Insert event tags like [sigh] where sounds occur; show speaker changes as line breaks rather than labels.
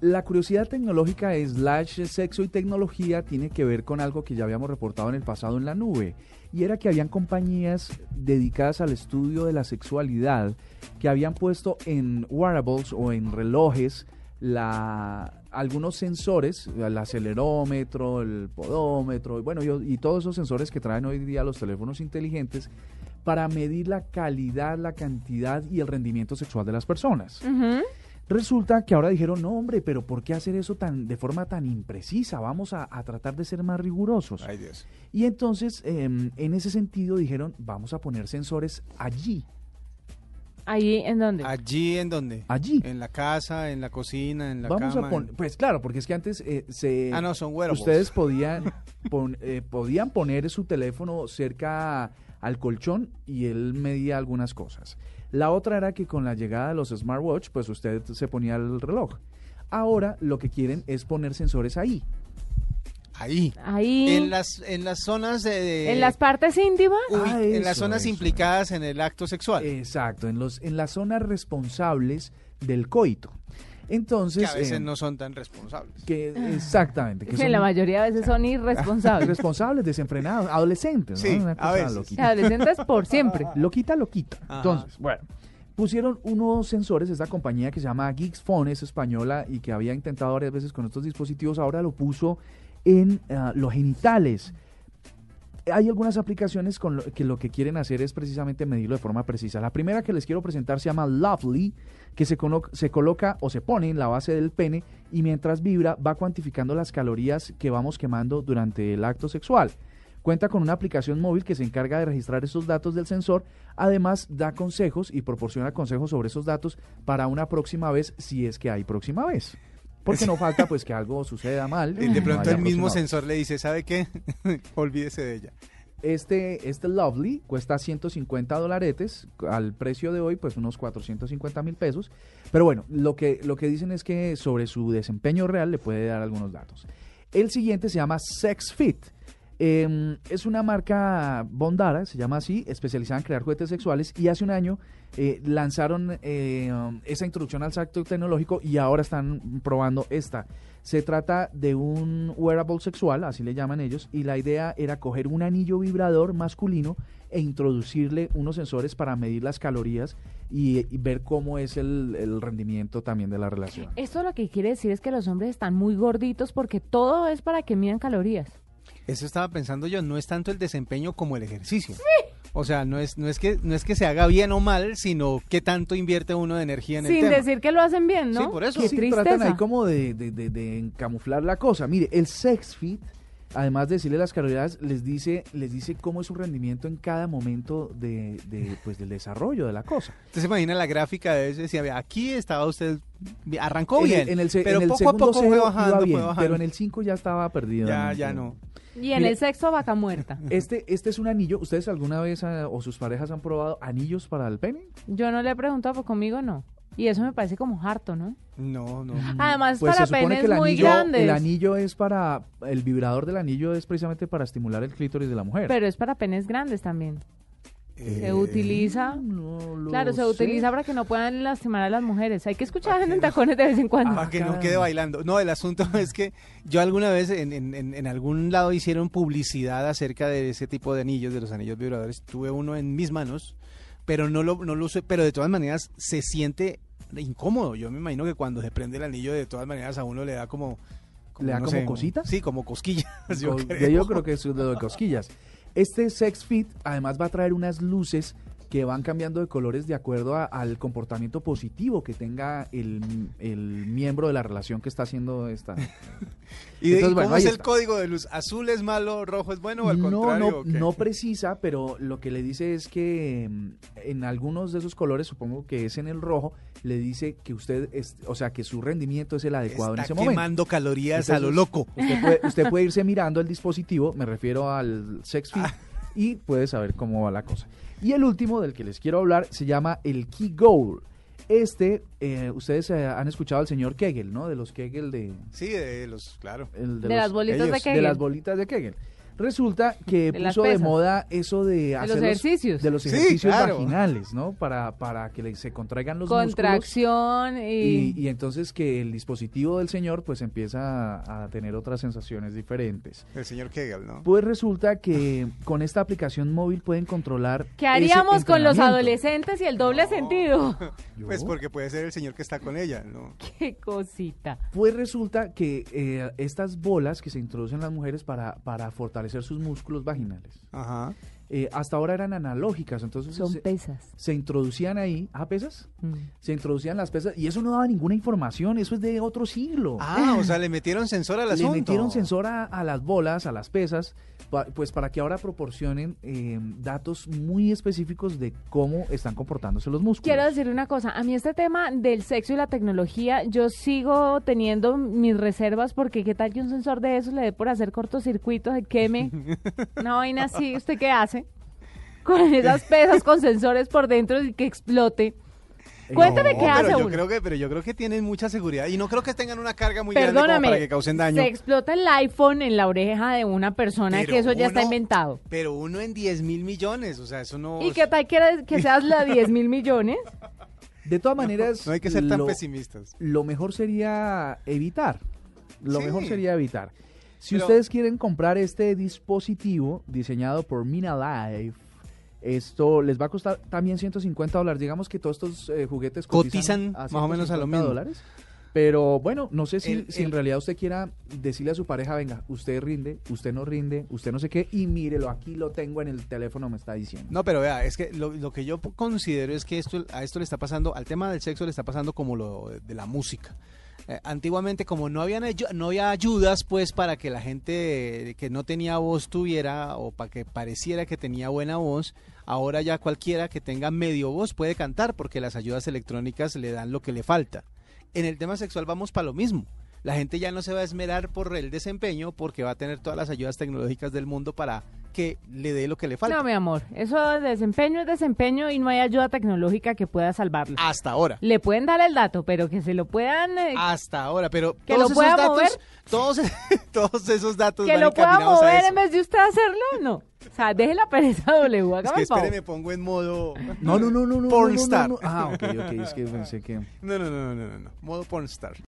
La curiosidad tecnológica slash sexo y tecnología tiene que ver con algo que ya habíamos reportado en el pasado en la nube, y era que habían compañías dedicadas al estudio de la sexualidad que habían puesto en wearables o en relojes la, algunos sensores, el acelerómetro, el podómetro, y bueno, y, y todos esos sensores que traen hoy día los teléfonos inteligentes para medir la calidad, la cantidad y el rendimiento sexual de las personas.
Ujú.
Resulta que ahora dijeron, no hombre, pero ¿por qué hacer eso tan de forma tan imprecisa? Vamos a, a tratar de ser más rigurosos.
Ay, Dios.
Y entonces, eh, en ese sentido, dijeron, vamos a poner sensores allí,
Ahí, ¿en dónde?
Allí en donde.
allí.
En la casa, en la cocina, en la
vamos
cama.
a poner,
en-
pues claro, porque es que antes eh, se...
Ah, no, son wearables.
Ustedes
[laughs]
podían, pon- eh, podían poner su teléfono cerca al colchón y él medía algunas cosas. La otra era que con la llegada de los smartwatch, pues usted se ponía el reloj. Ahora lo que quieren es poner sensores ahí.
Ahí.
Ahí.
En las, en las zonas de... de-
en las partes íntimas.
ubi-
Ah,
en las
eso,
zonas
eso,
implicadas en el acto sexual.
Exacto, en, los, en las zonas responsables del coito. Entonces,
que a veces
eh,
no son tan responsables.
que- exactamente,
[laughs]
que
Que
son Ah.
la mayoría de veces son
[laughs]
irresponsables.
responsables, desenfrenados, adolescentes, ¿no?
Sí,
Una
a
cosa
veces.
loquita.
Adolescentes por siempre.
Lo quita, lo quita.
Ajá.
Entonces, bueno, pusieron unos sensores, esta compañía que se llama Geeks Phone, es española y que había intentado varias veces con estos dispositivos, ahora lo puso en ah, los genitales. Hay algunas aplicaciones con lo- que lo que quieren hacer es precisamente medirlo de forma precisa. La primera que les quiero presentar se llama Lovely, que se, cono- se coloca o se pone en la base del pene y mientras vibra va cuantificando las calorías que vamos quemando durante el acto sexual. Cuenta con una aplicación móvil que se encarga de registrar esos datos del sensor. Además, da consejos y proporciona consejos sobre esos datos para una próxima vez, si es que hay próxima vez. Porque no falta pues que algo suceda mal.
Y
y
de
no
pronto
haya
el
próxima
mismo
vez.
sensor le dice, ¿sabe qué? [laughs] Olvídese de ella.
Este, este Lovely cuesta 150 dolaretes, al precio de hoy pues unos 450 mil pesos, pero bueno, lo que, lo que dicen es que sobre su desempeño real le puede dar algunos datos. El siguiente se llama SexFit, Em, es una marca bondara, se llama así, especializada en crear juguetes sexuales y hace un año eh, lanzaron eh, um, esa introducción al salto tecnológico y ahora están probando esta. Se trata de un wearable sexual, así le llaman ellos, y la idea era coger un anillo vibrador masculino e introducirle unos sensores para medir las calorías y, y ver cómo es el, el rendimiento también de la relación.
Esto lo que quiere decir es que los hombres están muy gorditos porque todo es para que midan calorías.
Eso estaba pensando yo, no es tanto el desempeño como el ejercicio. O sea, no es, no es que no es que se haga bien o mal, sino qué tanto invierte uno de energía en el
Sin
tema.
decir que lo hacen bien, ¿no?
Sí, por eso.
Qué
Sí, tratan ahí
tristeza.
como de, de- de- de camuflar la cosa. Mire, el sex fit, además de decirle las calorías, les dice, les dice cómo es su rendimiento en cada momento de, de, pues, del desarrollo de la cosa.
Usted se imagina la gráfica de ese, decía, "Vea, aquí estaba usted, arrancó
En el-
bien,
en el se-
pero
en el
poco a
segundo
poco
cero
fue
iba
bajando, fue
bien,
bajando.
Pero en el 5 ya estaba perdido.
ya,
¿no?
ya no.
Y en
Mire-
el sexo, vaca muerta.
[laughs] Este, este es un anillo. ¿Ustedes alguna vez ah, o sus parejas han probado anillos para el pene?
Yo no le he preguntado, pues conmigo no. Y eso me parece como harto, ¿no?
No, no.
Además,
Pues se
para
supone
penes
que el
muy
anillo,
grandes.
el anillo es para, el vibrador del anillo es precisamente para estimular el clítoris de la mujer.
Pero es para penes grandes también.
Eh,
Se utiliza.
No lo
Claro, se
sé.
utiliza para que no puedan lastimar a las mujeres. Hay que escuchar en tacones de vez en cuando.
Ah,
Para que no
caramba.
quede bailando. No, el asunto [laughs] es que yo alguna vez en, en- en- en algún lado hicieron publicidad acerca de ese tipo de anillos, de los anillos vibradores. Tuve uno en mis manos, pero no lo, no lo usé. Pero de todas maneras se siente incómodo. Yo me imagino que cuando se prende el anillo, de todas maneras a uno le da como...
¿Le da como cositas?
Sí, como cosquillas. Pues yo
Cos-
creo.
Pues, yo creo que es de lo de cosquillas. Este Sex Fit además va a traer unas luces que van cambiando de colores de acuerdo a- al comportamiento positivo que tenga el, el miembro de la relación que está haciendo
[laughs]
esta.
¿Y de-
Entonces, bueno,
¿y cómo
ahí
es el
está.
código de luz? ¿Azul es malo, rojo es bueno o al
no,
contrario?
no,
o qué?
no precisa, pero lo que le dice es que mm, en algunos de esos colores, supongo que es en el rojo, le dice que usted, es- o sea, que su rendimiento es el adecuado
Está
en ese
quemando
momento.
calorías a lo
Entonces, [laughs]
loco.
Usted puede, usted puede irse mirando el dispositivo, me refiero al sex
Ah.
fit, y puede saber cómo va la cosa. Y el último del que les quiero hablar se llama el Key Goal. Este, eh, ustedes eh, han escuchado al señor Kegel, ¿no? De los Kegel de...
Sí, de los, claro.
el
De las bolitas de
ellos,
Kegel.
de las bolitas de Kegel. Resulta que
De las
puso de
pesas.
moda eso de hacer los-
ejercicios.
De los
Sí,
ejercicios
claro.
vaginales, ¿no? Para, para que le- se contraigan los músculos.
Contracción
Y,
y,
y entonces que el dispositivo del señor pues empieza a, a tener otras sensaciones diferentes.
El señor Kegel, ¿no?
Pues resulta que con esta aplicación móvil pueden controlar... ese
¿Qué haríamos con los
entrenamiento.
adolescentes y el doble
No.
sentido? [laughs]
Pues
Yo-
porque puede ser el señor que está con ella, ¿no?
Qué cosita.
Pues resulta que eh, estas bolas que se introducen las mujeres para, para fortalecer sus músculos vaginales,
Ajá.
eh, hasta ahora eran analógicas, entonces
Son
se,
pesas.
se introducían ahí... ¿Ah, pesas?
Mm.
Se introducían las pesas y eso no daba ninguna información, eso es de otro siglo.
Ah, o sea, le metieron sensor al
Oh. le
asunto.
metieron sensor a, a las bolas, a las pesas, pa- pues para que ahora proporcionen eh, datos muy específicos de cómo están comportándose los músculos.
Quiero decir una cosa, a mí este tema del sexo y la tecnología, yo sigo teniendo mis reservas porque qué tal que un sensor de esos le dé por hacer cortocircuitos, se
[laughs]
queme, una vaina así, ¿usted qué hace? Con esas pesas con sensores por dentro y que explote.
Eh,
Cuéntame
No,
qué hace
pero yo
uno.
creo que, pero yo creo que tienen mucha seguridad y no creo que tengan una carga muy grande como
Perdóname,
para que causen daño.
se explota el iPhone en la oreja de una persona
Pero
que eso ya está
uno-
inventado.
Pero uno en 10 mil millones, o sea, eso no.
¿Y qué tal que, eres- que seas
[laughs]
la 10 mil millones?
De todas maneras,
No hay que ser tan
lo,
pesimistas.
lo mejor sería evitar. Lo
Sí.
mejor sería evitar. Si
Pero-
ustedes quieren comprar este dispositivo diseñado por Minalife, esto les va a costar también 150 dólares. Digamos que todos estos eh, juguetes cotizan,
Cotizan más o menos a
150
lo mismo.
dólares. Pero bueno, no sé si,
El-
si en
el-
realidad usted quiera decirle a su pareja, venga, usted rinde, usted no rinde, usted no sé qué, y mírelo, aquí lo tengo en el teléfono, me está diciendo.
No, pero vea, es que lo, lo que yo po- considero es que esto, a esto le está pasando, al tema del sexo le está pasando como lo de, de la música. Eh, antiguamente, como no, habían, ayu- no había ayudas, pues, para que la gente eh, que no tenía voz tuviera o para que pareciera que tenía buena voz, ahora ya cualquiera que tenga medio voz puede cantar porque las ayudas electrónicas le dan lo que le falta. En el tema sexual vamos para lo mismo. La gente ya no se va a esmerar por el desempeño porque va a tener todas las ayudas tecnológicas del mundo para que le dé lo que le falta.
No, mi amor, eso de desempeño es desempeño y no hay ayuda tecnológica que pueda salvarlo.
Hasta ahora.
Le pueden dar el dato, pero que se lo puedan, eh,
Hasta ahora, pero
¿Que
todos
lo pueda
esos datos,
mover?
todos, [laughs] todos esos datos
que
van
lo pueda
encaminados pues, a
mover
eso.
en vez de usted hacerlo, no. O sea, deje la pereza W,
Es
hágame
que
el favor.
espere, me pongo en modo
No, no, no, no, no. no, no, no,
Pornstar.
no. Ah, ok, ok, es que pensé que...
No, no, no, no, no, no, modo pornstar.